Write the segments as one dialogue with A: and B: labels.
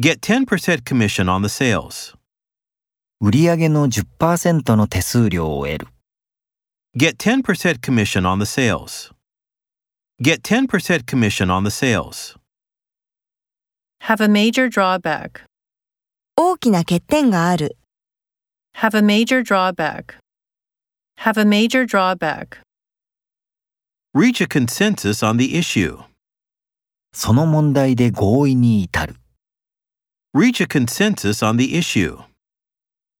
A: Get 10% commission on the sales.
B: 売上の10%の手数料を得る。
A: Get 10% commission on the sales. Get 10% commission on the sales.
C: Have a major drawback.
D: 大きな欠点がある。
C: Have a major drawback. Have a major drawback.
A: Reach a consensus on the issue.
B: その問題で合意に至る。
A: Reach a consensus on the issue.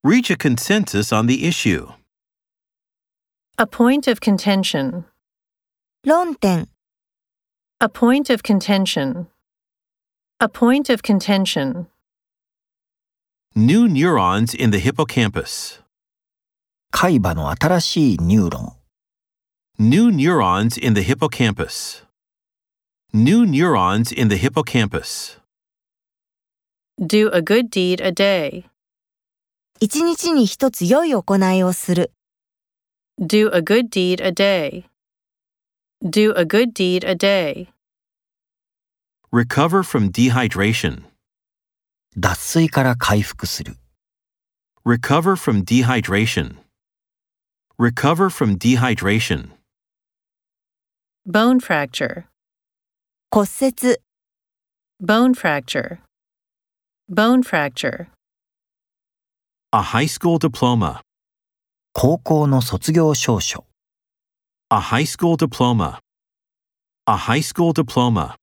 A: Reach a consensus on the issue.
C: A point of contention.
D: 論点、
C: A point of contention. A point of contention.
A: New neurons in the hippocampus.
B: 海馬の新しいニューロン。
A: New neurons in the hippocampus. New neurons in the hippocampus.
C: Do a good deed a day.
D: 一日に一つ良い行いをする。
C: Do a good deed a day. Do a good deed a day.
A: Recover from dehydration.
B: 脱水から回復する。
A: Recover from dehydration. Recover from dehydration.
C: Bone fracture.
D: 骨折、
C: Bone fracture. Bone fracture.
A: A high school diploma.
B: 高校の卒業証書。
A: A high school diploma. A high school diploma.